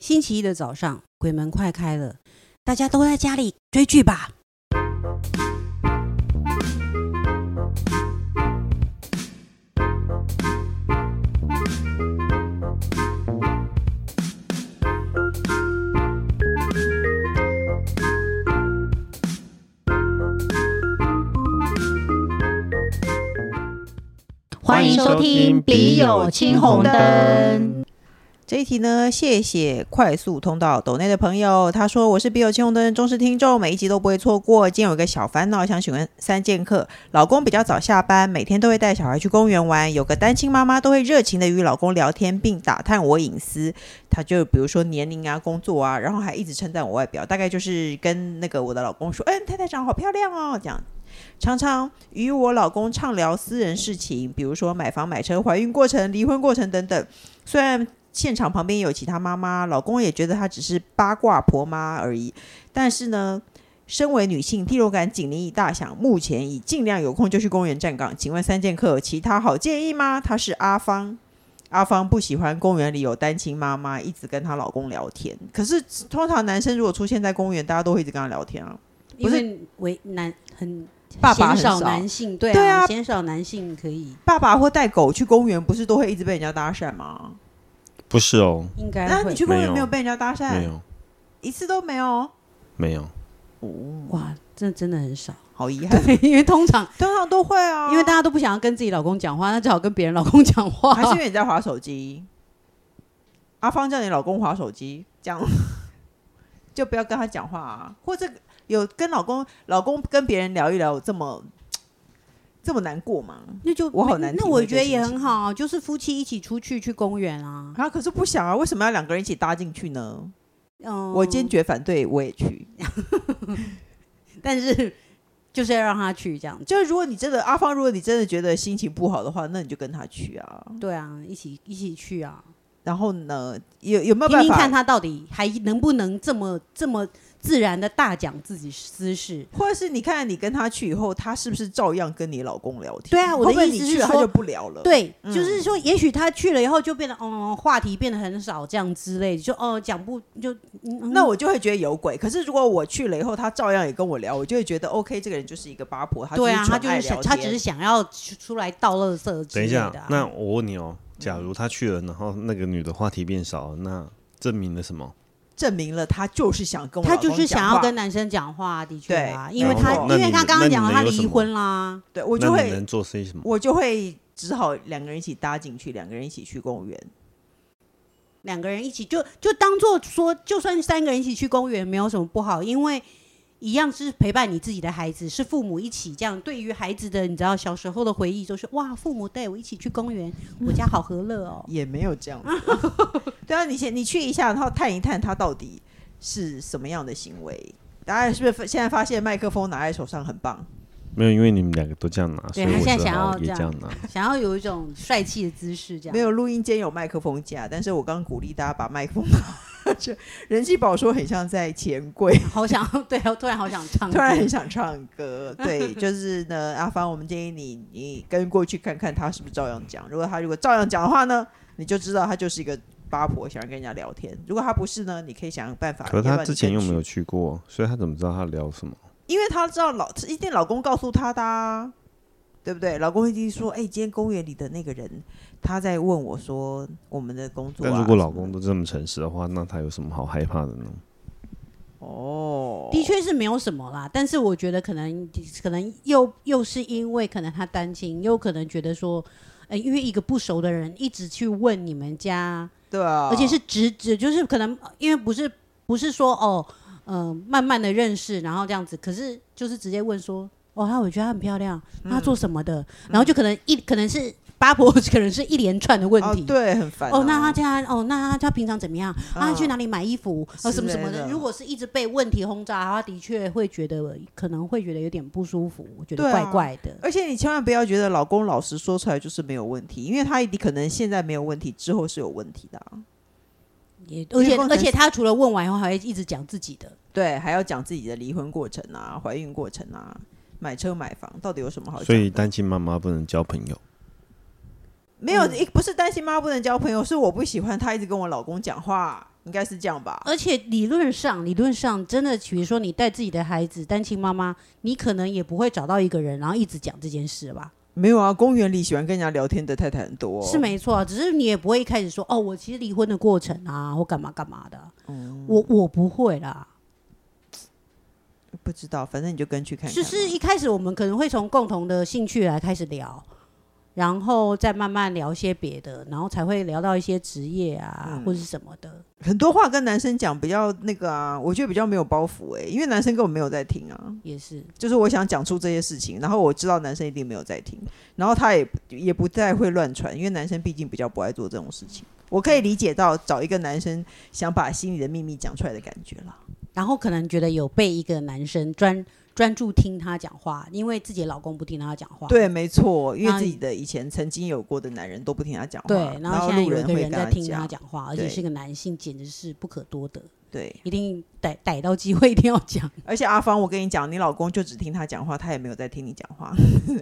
星期一的早上，鬼门快开了，大家都在家里追剧吧。欢迎收听《笔友青红灯》。这一题呢，谢谢快速通道抖内的朋友，他说我是笔友青红灯的忠实听众，每一集都不会错过。今天有一个小烦恼，想请问三剑客，老公比较早下班，每天都会带小孩去公园玩，有个单亲妈妈都会热情的与老公聊天，并打探我隐私。他就比如说年龄啊、工作啊，然后还一直称赞我外表，大概就是跟那个我的老公说，嗯，太太长好漂亮哦，这样。常常与我老公畅聊私人事情，比如说买房、买车、怀孕过程、离婚过程等等。虽然现场旁边有其他妈妈，老公也觉得她只是八卦婆妈而已，但是呢，身为女性，第六感警铃一大响，目前已尽量有空就去公园站岗。请问三剑客有其他好建议吗？她是阿芳。阿芳不喜欢公园里有单亲妈妈一直跟她老公聊天，可是通常男生如果出现在公园，大家都会一直跟他聊天啊。因不是为为男很爸爸很很少少男性，对对啊减少男性可以爸爸或带狗去公园，不是都会一直被人家搭讪吗？不是哦，应该那会你去公没园有没有被人家搭没讪？有，一次都没有，没有，哇，这真的很少， 好遗憾。对，因为通常通常都会啊，因为大家都不想要跟自己老公讲话，那只好跟别人老公讲话还。是因为你在划手机。阿芳叫你老公划手机，这样 就不要跟他讲话啊，或者有跟老公老公跟别人聊一聊，这么这么难过吗？那就我好难那体我会觉这得心也很情好啊，就是夫妻一起出去去公园啊。啊，可是不想啊，为什么要两个人一起搭进去呢？嗯，我坚，决反对，我也去。嗯但是就是要让他去这样子。就是如果你真的阿芳，如果你真的觉得心情不好的话，那你就跟他去啊。对啊，一起一起去啊，然后呢，有有没有听办听法？看他到底还能不能这么这么自然的大讲自己私事。或者是你看你跟他去以后，他是不是照样跟你老公聊天？对啊我的会不会意思你是去了他说就不聊了。，对，嗯就是说，也许他去了以后就变得，嗯，话题变得很少这样之类，就哦讲不就，嗯嗯那我就会觉得有鬼。可是如果我去了以后，他照样也跟我聊，我就会觉得 OK，这个人就是一个八婆，他对啊，他就就是纯爱是聊想，天他只是想要出出来倒垃圾之等类一的下啊、，那我问你哦，假如他去了，然后那个女的话题变少了，那证明了什么？证明了他就是想跟我他老公就是讲想要话跟男生讲话啊，的确啊，对因为他然后因那为你他刚那刚你讲了他能有什离么婚啦，对我那就你会能做些什么？我就会只好两个人一起搭进去，两个人一起去公园。两个人一起就就当做说，就算三个人一起去公园没有什么不好，因为一样是陪伴你自己的孩子，是父母一起这样。对于孩子的，你知道小时候的回忆，就是哇，父母带我一起去公 园，我家好和乐哦。也没有 这样子。对啊，你先你去一下，然后探一探他到底是什么样的行为。大家是不是现在发现麦克风拿在手上很棒？没有，因为你们两个都这样拿，所对以我他现在只想好要也这这样样拿。想要有一种帅气的姿势，这样没有录音间有麦克风架，但是我刚鼓励大家把麦克风拿 着。人气宝说很像在钱柜，好想 对，我突然好想唱歌， 突然很想唱 歌。对，就是呢，阿芳，我们建议你你跟过去看看他是不是照样讲。如果他如果照样讲的话呢，你就知道他就是一个八婆，想要跟人家聊天。如果他不是呢，你可以想办法。可是要他不然之你前又跟没去有去过，所以他怎么知道他聊什么？因为她知道老一定老公告诉她的、啊，对不对？老公一定说：“哎、今天公园里的那个人，他在问我说我们的工作、啊。”但如果老公都这么诚实的话，那他有什么好害怕的呢？哦，的确是没有什么啦，但是我觉得可能可能又又是因为可能他担心，又可能觉得说，呃，因为一个不熟的人一直去问你们家，对啊，而且是直直，就是可能因为不是不是说哦，呃，慢慢的认识，然后这样子，可是就是直接问说，哦，她我觉得她很漂亮，她做什么的，嗯然后就可能一可能是八婆，可能是一连串的问题。哦，对，很烦啊、哦，那他家哦，那他他平常怎么样？啊，啊去哪里买衣服？呃，什么什么之类的。的如果是一直被问题轰炸，他的确会觉得呃可能会觉得有点不舒服，我觉得对啊怪怪的。而且你千万不要觉得老公老实说出来就是没有问题，因为他一定可能现在没有问题，之后是有问题的、啊。也而且有可能而且他除了问完以后，还会一直讲自己的。对，还要讲自己的离婚过程啊、怀孕过程啊、买车买房，到底有什么好讲？所以单亲妈妈不能交朋友。没有，一不是担心妈不能交朋友，是我不喜欢她一直跟我老公讲话。应该是这样吧？而且理论上，理论上真的，比如说你带自己的孩子，单亲妈妈，你可能也不会找到一个人，然后一直讲这件事吧，没有啊，公园里喜欢跟人家聊天的太太很多、是？没错啊。只是你也不会一开始说哦，我其实离婚的过程嗯啊，或干嘛干嘛的。我我不会啦，不知道，反正你就跟去看啊看就嘛。是一开始我们可能会从共同的兴趣来开始聊，然后再慢慢聊些别的，然后才会聊到一些职业啊、嗯或者是什么的。很多话跟男生讲比较那个啊，我觉得比较没有包袱哎、因为男生根本没有在听啊。也是，就是我想讲出这些事情，然后我知道男生一定没有在听，然后他也也不太会乱传，因为男生毕竟比较不爱做这种事情。我可以理解到找一个男生想把心里的秘密讲出来的感觉啦。然后可能觉得有被一个男生专专注听她讲话，因为自己的老公不听她讲话。对，没错，因那为自己的以前曾经有过的男人都不听他讲话，对，然然后现在路有一个会人跟在他听她，讲话，而且对是个男性，简直是不可多得，对。一定逮逮到机会一定要 讲。而且阿芳，我跟你讲，你老公就只听他讲话，他也没有在听你讲话。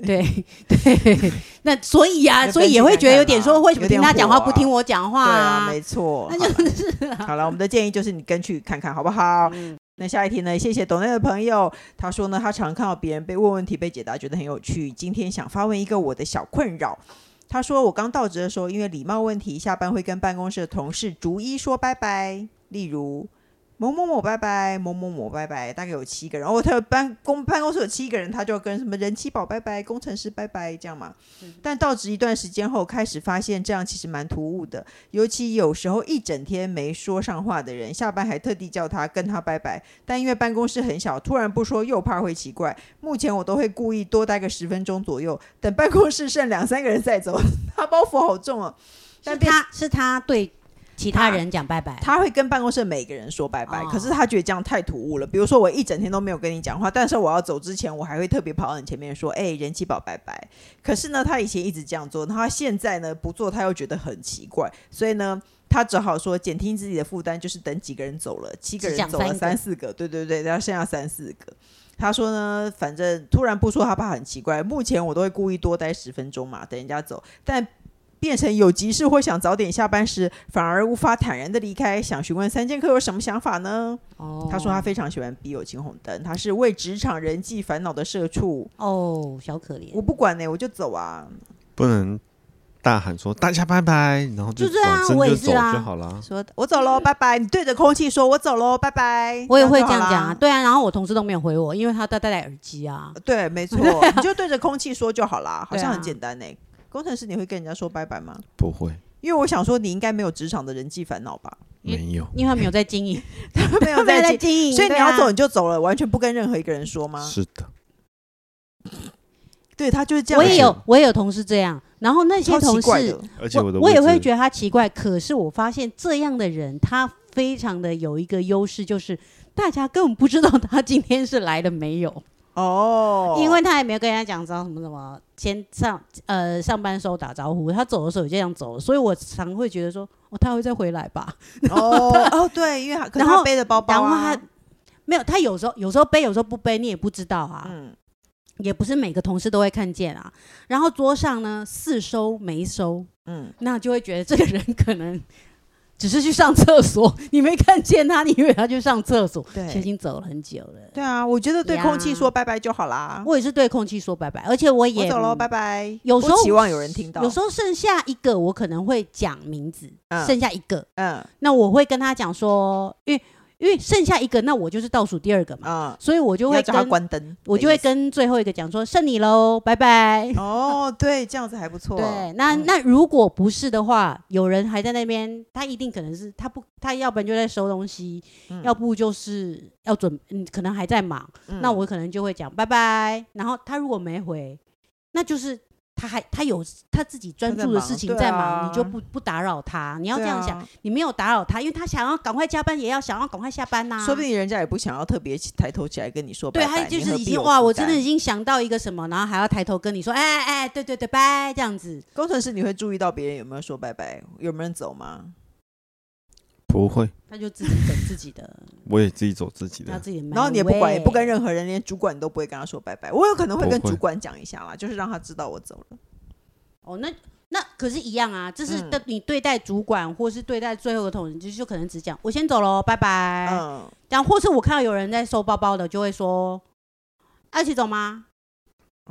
对对，那所以呀、就所以跟也去会看觉得看有点啦说，为什么有听点他讲话火不啊听我讲话对啊，没错，那啊好啦 好了。我们的建议就是你跟去看看好不好？嗯那下一题呢？谢谢董内的朋友，他说呢，他常看到别人被问问题被解答，觉得很有趣。今天想发问一个我的小困扰。他说：“我刚到职的时候，因为礼貌问题，下班会跟办公室的同事逐一说拜拜。例如某某某拜拜，某某某拜拜，大概有七个人。然后他的办公办公室有七个人，他就要跟什么人气宝拜拜、工程师拜拜这样嘛。嗯但到职一段时间后，开始发现这样其实蛮突兀的。尤其有时候一整天没说上话的人，下班还特地叫他跟他拜拜，但因为办公室很小，突然不说又怕会奇怪。目前我都会故意多待个十分钟左右，等办公室剩两三个人再走。他包袱好重哦，是但变他是他对其他他人讲拜拜， 他会跟办公室每个人说拜拜，哦可是他觉得这样太突兀了。比如说我一整天都没有跟你讲话，但是我要走之前，我还会特别跑到你前面说：“哎、人气宝拜拜。”可是呢，他以前一直这样做，然后他现在呢不做，他又觉得很奇怪，所以呢。他只好说减轻自己的负担，就是等几个人走了，七个只讲人走了三个三四个，对对对，他剩下三四个。他说呢，反正突然不说他怕很奇怪。目前我都会故意多待十分钟嘛，等人家走。但变成有急事或想早点下班时，反而无法坦然的离开。想询问三剑客有什么想法呢？哦他说他非常喜欢《笔友青红灯》，他是为职场人际烦恼的社畜。哦，小可怜我，不管呢、我就走啊。不能大喊说大家拜拜，然后就就这样转身我也就是走啊就好了。说我走喽，拜拜。你对着空气说，我走喽，拜拜。嗯我也会就这好样讲啊，啦。对啊，然后我同事都没有回我，因为他戴戴耳机啊，对，没错， 你就对着空气说就好啦，好对啊像很简单呢、工程师，你会跟人家说拜拜吗？不会，因为我想说，你应该没有职场的人际烦恼吧？ 因没有，因为他没有在经营，没有他没有在在进，经营，所以你对啊要走你就走了，完全不跟任何一个人说吗？是的，对他就是这啊样我子。也子有，我也有同事这样，然后那些超同奇怪的事，，而且我我的也会得觉得他奇怪，可是我发现这样的人，他非常的有一个优势，就是大家根本不知道他今天是来了没有，哦，因为他也没有跟人家讲说什么什么，先上呃上班的时候打招呼，他走的时候也这样走，所以我常会觉得说，哦，他会再回来吧， 哦哦对，因为他可是然后他背的包包、然后啊，他。没有，他有时候有时候背，有时候不背，你也不知道啊。嗯，也不是每个同事都会看见啊。然后桌上呢，四收没收，嗯，那就会觉得这个人可能只是去上厕所，你没看见他，你以为他去上厕所，其实已对经走了很久了。对啊，我觉得对呀空气说拜拜就好啦。我也是对空气说拜拜，而且我也我走喽，拜拜。有时候不期望有人听到，有时候剩下一个，我可能会讲名字，嗯剩下一个，嗯那我会跟他讲说，因为因为剩下一个，那我就是倒数第二个嘛，嗯，所以我就你会要叫他跟关灯，我就会。跟最后一个讲说，剩你喽，拜拜。 哦，对，这样子还不错。对，那嗯那如果不是的话，有人还在那边，他一定可能是他不，他要不然就在收东西，嗯要不就是要准，嗯，可能还在忙。嗯那我可能就会讲拜拜，然后他如果没回，那就是他还他有他自己专他在注的忙事情对在忙，啊啊你就不不打扰他。你要这样想，，对啊你没有打扰他，因为他想要赶快加班，也要想要赶快下班呐、啊说不定人家也不想要特别起抬头起来跟你说对，拜他拜。就你是何已必经有哇，负我真的担已经想到一个什么，然后还要抬头跟你说，哎哎哎，对对对，拜这样子。工程师，你会注意到别人有没有说拜拜，有没有人走吗？不会，他就自己整自己的，我也自己走自己他的。自己的门卫。然后你也不管，也不跟任何人，连主管都不会跟他说拜拜。我有可能会跟不会主管讲一下啦，就是让他知道我走了。哦，那那可是一样啊，这是嗯的你对待主管或是对待最后的同仁，就就可能只讲我先走喽，拜拜。嗯，然后或是我看到有人在收包包的，就会说：“啊一起走吗？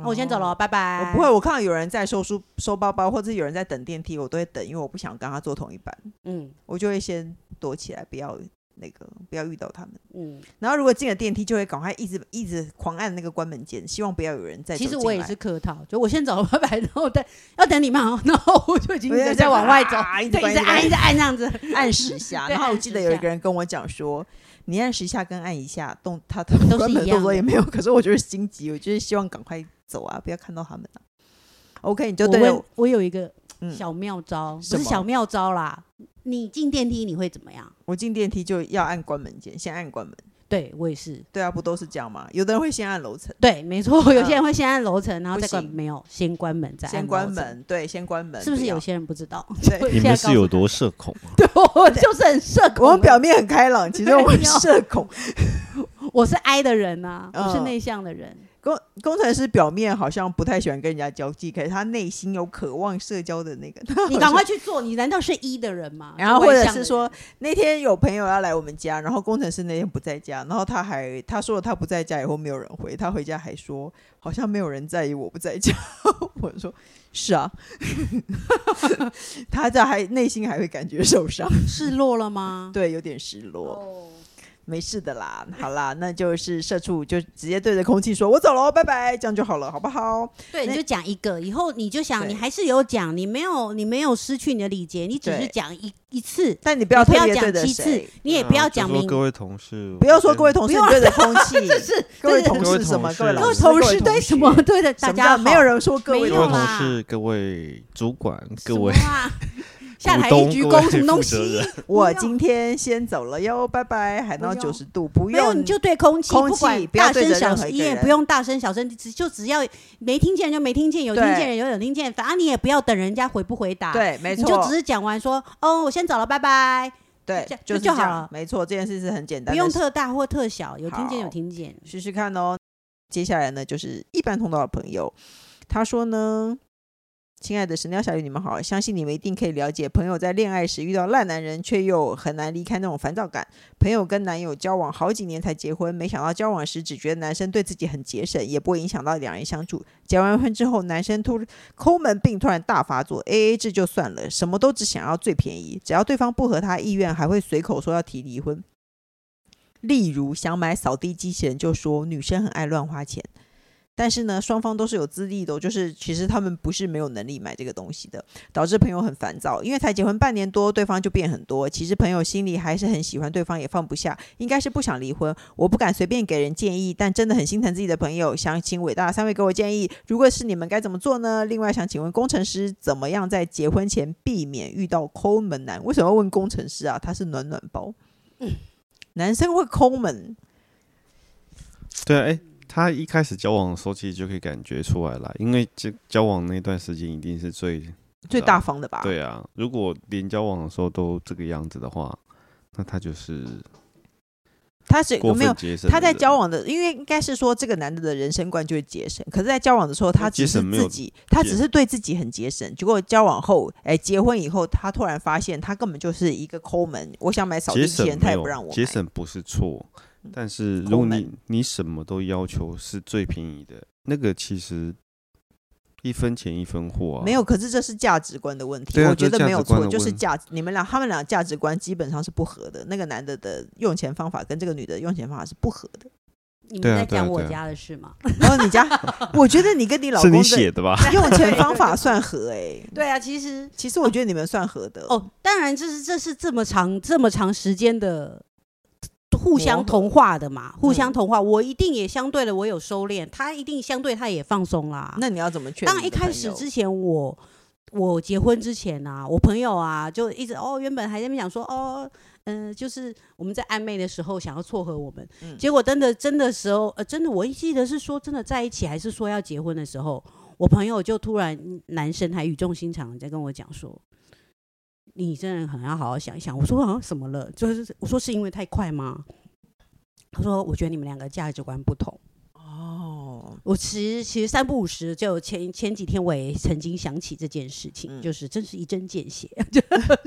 那我先走喽，了。拜拜。”哦嗯我不会，我看到有人在收书、收包包，或者有人在等电梯，我都会等，因为我不想跟他坐同一班，嗯我就会先躲起来，不要那个，不要遇到他们。嗯，然后如果进了电梯，就会赶快一直一直狂按那个关门键，希望不要有人再走其进实来。我也是客套，就我先走了，拜拜。然后等要等你们哦， 然后我就已经在在 往外走，啊一直对，关一直一直关按一直按这样子。按十下。对 然后我按记十得有一下个人跟我讲说，你按十下跟按一下动，他都关是一门动样作的也没有。可是我就是心急，我就是希望赶快走啊，不要看到他们啊。OK，你就我对问了，，我有一个嗯小妙招，什不是么小妙招啦，你进电梯你会怎么样？我进电梯就要按关门键，先按关门。啊对我也是，对啊，不都是这样吗？有的人会先按楼层，对，没错， 有些人会先按楼层，然后嗯不再关，行没有，先关门再按先关楼层，门，对，先关门。是不是要有？些人不知道？对我 你现在们是告有诉多社恐啊？对我 就是很社恐，我们表面很开朗，其实我们 对没有社恐。我是 I 的人呐、嗯我是内向的人。工工程师表面好像不太喜欢跟人家交际，可是他内心有渴望社交的那个。你赶快去做，你难道是 E 的人吗？然后或外者向的是人说， 那天有朋友要来我们家，然后工程师那天不在家，然后他还他说了他不在家以后没有人回，他回家还说好像没有人在意我不在家。 我说是啊， 他这还内心还会感觉受伤，示弱了吗？对，有点失落。哦，没事的啦，好啦，那就是社畜就直接对着空气说我走了，拜拜，这样就好了，好不好？对，那你就讲一个，以后你就想，对你还是有讲，你没有，你没有失去你的礼节，你只对是讲一一次，但你不要你不特要别对讲着七谁次，，你也不要讲嗯呃就说明，各位同事，不要说我各位先同事你对着空气， 是各这位是同各位事什么，同各位事各老位同师，事对什么 对的，大什么家叫好没有人说各位没各有啊位啦同事、各位主管、各位什么啊下台股一东鞠各位躬，什么东负责西人？我今天先走了哟，拜拜。海 到不九用十度，不没有，用，你就对空气，空气不管不要大对声着任小何声，一个你也人不用大声小声，只就只要没听见就没听见，有听对见有有听见，反正你也不要等人家回不回答，，对，没你就错只，是讲完说，哦，我先走了，拜拜，对这样，就就是就这样好了没错，这件事是很简单不的，用特大或特小，有听见好有听见，试试看哦。接下来呢，就是一般通道的朋友，他说呢。亲爱的神雕侠侣，你们好！相信你们一定可以了解，朋友在恋爱时遇到烂男人，却又很难离开那种烦躁感。朋友跟男友交往好几年才结婚，没想到交往时只觉得男生对自己很节省，也不会影响到两人相处。结完婚之后，男生突然抠门病突然大发作，A A 制就算了，什么都只想要最便宜，只要对方不合他意愿，还会随口说要提离婚。例如想买扫地机器人，就说女生很爱乱花钱。但是呢，双方都是有资历的哦、就是其实他们不是没有能力买这个东西的，导致朋友很烦躁。因为才结婚半年多，对方就变很多，其实朋友心里还是很喜欢对方，也放不下，应该是不想离婚。我不敢随便给人建议，但真的很心疼自己的朋友，想请伟大的三位给我建议。如果是你们该怎么做呢？另外想请问工程师，怎么样在结婚前避免遇到抠门男？为什么要问工程师啊？他是暖暖包，男生会抠门， 对啊，哎、他一开始交往的时候，其实就可以感觉出来啦，因为这交往那段时间一定是最最大方的吧？对啊。如果连交往的时候都这个样子的话，那他就是他是过没有分节省的人。他在交往的，因为应该是说这个男的的人生观就是节省，可是，在交往的时候，他只节是省没有自己，他只是对自己很节省。结果交往后，哎，结婚以后，他突然发现他根本就是一个抠门。我想买扫地节机器省人，没他也有不让我买节省不是错，但是抠如果门你你什么都要求是最便宜的，那个其实一分钱一分货啊。没有，可是这是价值观的问题。对啊我觉这是得价没有值观错，的就是问价你们俩他们俩价值观基本上是不合的。那个男的的用钱方法跟这个女的用钱方法是不合的。你们对啊在对啊讲我对啊家的事 吗？然后 你家，我觉得你跟你老是公你的写的 吧？用钱方法算合哎、对啊，其实其实我觉得你们算合的哦，当然这是这是这么长这么长时间的互磨相合同化的嘛，互嗯相同化，我一定也相对的我有收敛，他一定相对他也放松啦。那你要怎么劝你的当然朋友？一开始之前我。我结婚之前啊，我朋友啊就一直哦，原本还在那边讲说哦，嗯、就是我们在暧昧的时候想要撮合我们，嗯结果真的真的时候，呃，真的我记得是说真的在一起，还是说要结婚的时候，我朋友就突然男生还语重心长地在跟我讲说，你真的很要好好想一想。我说啊，什么了？就是我说是因为太快吗？他说我觉得你们两个价值观不同。哦，我其实其实三不五时，就前前几天我也曾经想起这件事情，嗯就是真是一针见血， 就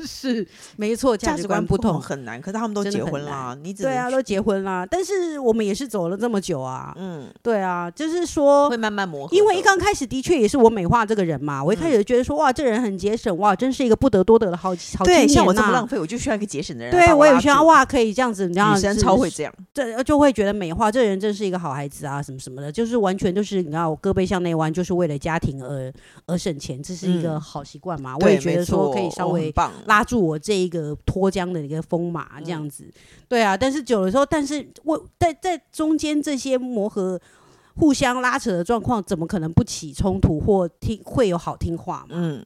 是没错，价价值值观观不不同同。很难，可是他们都真的结很婚啦，你只能对啊，去都结婚啦，但是我们也是走了这么久啊，嗯， 对啊，就是说会慢慢磨合的，嗯因为一刚开始的确也是我美化这个人嘛，我一开始觉得说哇，这人很节省，哇，真是一个不得多得的好好青年、对呐。像我这么浪费，我就需要一个节省的人啊来对把我拉也需要住哇，可以这样子，你知道女生超会是这样，这呃就会觉得美化这人真是一个好孩子啊，什么什么的，就是完全就是你知道，我胳膊向内弯，就是为了家庭而而省钱，这是一嗯个好习惯嘛。我对也觉没得说错哦可以稍我很微棒拉住我这一个脱缰的一个风马这嗯样子。对啊，但是久了之后，但是我在在中间这些磨合、互相拉扯的状况，怎么可能不起冲突或听会有好听话嘛？嗯，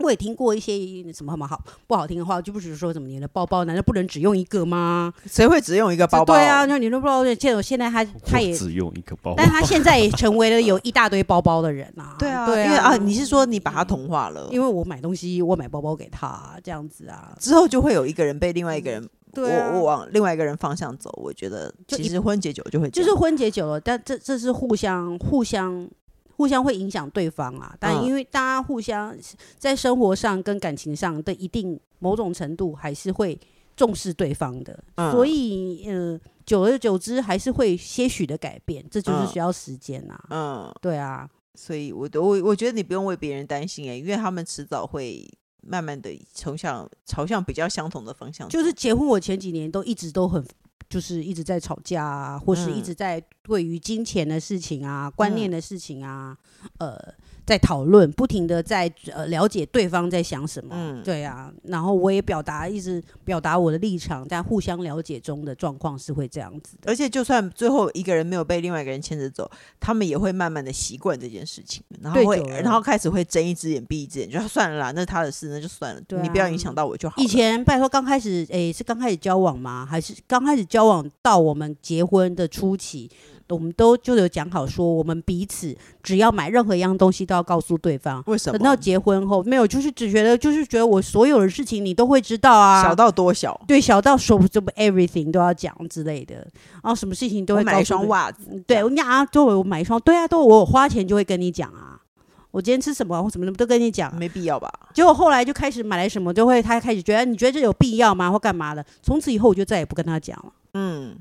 我也听过一些什么什么好不好听的话，就不是说什么你的包包难道不能只用一个吗？谁会只用一个包包？对啊，，就你都不知道，现在现在他他也我，只用一个包包但，他现在也成为了有一大堆包包的人啊。 对啊，对因为啊，你是说你把它同化了， 因为我买东西，我买包包给他这样子啊。之后就会有一个人被另外一个人，对啊，我我往另外一个人方向走，我觉得就其一实婚结久就会这就是样婚结久了，但这这是互相互相互相会影响对方啊。但嗯因为大家互相在生活上跟感情上的一定某种程度还是会重视对方的，嗯所以呃，久而久之还是会些许的改变，这就是嗯需要时间啊。嗯，对啊，所以我我我觉得你不用为别人担心哎，因为他们迟早会慢慢的从向朝向比较相同的方向走，就是结婚，我前几年都一直都很，就是一直在吵架啊，或是一直在对于金钱的事情啊、观念的事情啊，呃，在讨论，不停的在呃了解对方在想什么。嗯对啊，然后我也表达一直表达我的立场，在互相了解中的状况是会这样子的。而且就算最后一个人没有被另外一个人牵着走，他们也会慢慢的习惯这件事情，然后对会久了然后开始会睁一只眼闭一只眼，就算了啦，那是他的事那就算了，对啊你不要影响到我就好了。以前拜托刚开始，诶、是刚开始交往吗？还是刚开始交往到我们结婚的初期，我们都就有讲好说，我们彼此只要买任何一样东西都要告诉对方。为什么等到结婚后，没有，就是只觉得，就是觉得我所有的事情你都会知道啊，小到多小？对小到手什么 everything 都要讲之类的，然后什么事情都我会买告一诉双对袜子，对，我跟你讲啊，都我买一双，对啊，都我有花钱就会跟你讲啊，我今天吃什么或什么什么都跟你讲啊、没必要吧？结果后来就开始买来什么，就会他开始觉得你觉得这有必要吗，或干嘛的。从此以后我就再也不跟他讲了， 嗯，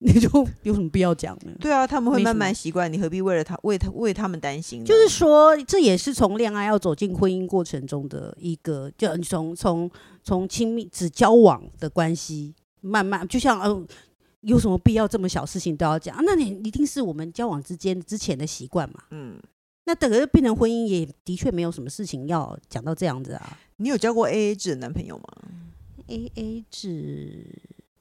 你就有什么必要讲呢？对啊，他们会没慢什慢么习惯，你何必为了他为他为他们担心呢？就是说，这也是从恋爱要走进婚姻过程中的一个，就你从从从亲密只交往的关系，慢慢就像嗯。有什么必要这么小事情都要讲、啊？那你一定是我们交往之间之前的习惯嘛？嗯，那等个变成婚姻，也的确没有什么事情要讲到这样子啊。你有交过 A A 制的男朋友吗？ A A 制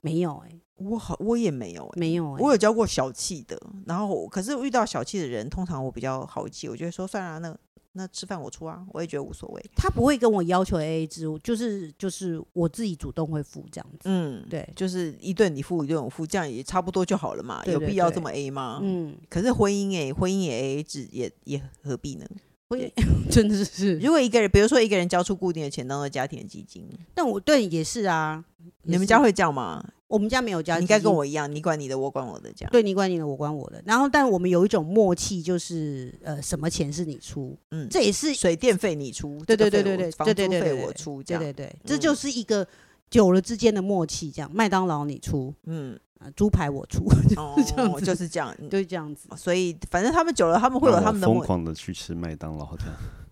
没有哎、我好，我也没有、欸，没有哎、我有交过小气的，然后我可是遇到小气的人，通常我比较豪气，我就会说算了、那那吃饭我出啊，我也觉得无所谓。他不会跟我要求 A A 制，我就是就是我自己主动会付这样子。嗯，对就是一顿你付一顿我付，这样也差不多就好了嘛，对有对必要对这么 A 吗？嗯，可是婚姻哎、婚姻也 A A 制也也何必呢？我也真的是，如果一个人，比如说一个人交出固定的钱当做家庭的基金，但我对也是啊。你也们是家会这样吗？我们家没有家，你应该跟我一样，你管你的，我管我的，这样。对你管你的，我管我的。然后，但我们有一种默契，就是呃，什么钱是你出，嗯，这也是水电费你出，对这个对费对我对对房对租对对对费对我出，这对对样，对，这嗯就是一个久了之间的默契，这样麦当劳你出，嗯，啊，猪排我出， 哦就是这样，子就是 这样，嗯就是这样子。所以反正他们久了，他们会有让他我们的疯默狂的去吃麦当劳的。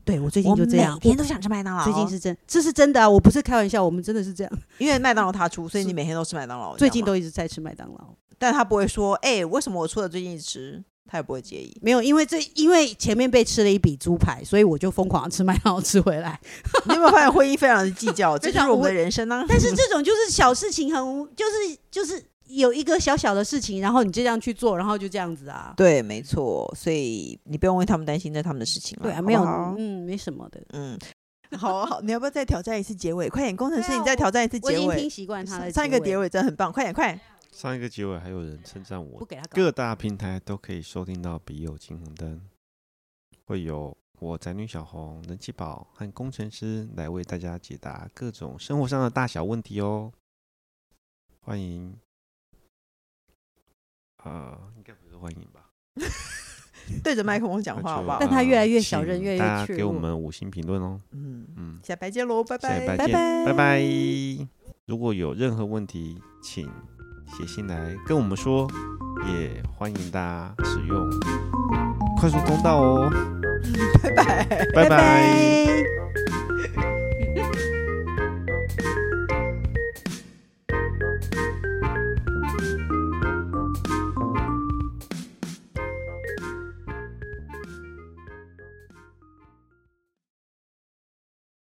对我最近我就这样每，天都想吃麦当劳。最近是真，这是真的啊，我不是开玩笑，我们真的是这样，因为麦当劳他出，所以是你每天都吃麦当劳。最近这样吗，都一直在吃麦当劳。。但他不会说，哎、为什么我出了最近吃？他也不会介意没有，因为这因为前面被吃了一笔猪排，所以我就疯狂地吃麦当劳吃回来。你有没有发现婚姻非常的计 较？这非就是常我们无的人生啊 呢、但是这种就是小事情很无， 就是就是有一个小小的事情，然后你就这样去做，然后就这样子啊。对，没错，所以你不用为他们担心，这是他们的事情啦对啊，好不没有，好嗯，没什么的。嗯，哦 好啊好，你要不要再挑战一次结尾？快点，工程师，对啊你再挑战一次我已结经尾听。习惯他的上上一个结尾，尾真的很棒，快点快点！上一个结尾还有人称赞不我，给他搞。各大平台都可以收听到《笔友金红灯》，会有我宅女小红、人气宝和工程师来为大家解答各种生活上的大小问题哦。欢呃迎，啊、应该不是欢迎吧？对着麦克风讲话，好不好但？他越来越小请人越来越大家怯给我弱们五星评论哦。嗯，嗯，下礼拜见喽，拜下拜，礼拜拜见，拜拜拜。如果有任何问题，请写信来跟我们说，也欢迎大家使用快速通道哦。 拜拜。拜拜。拜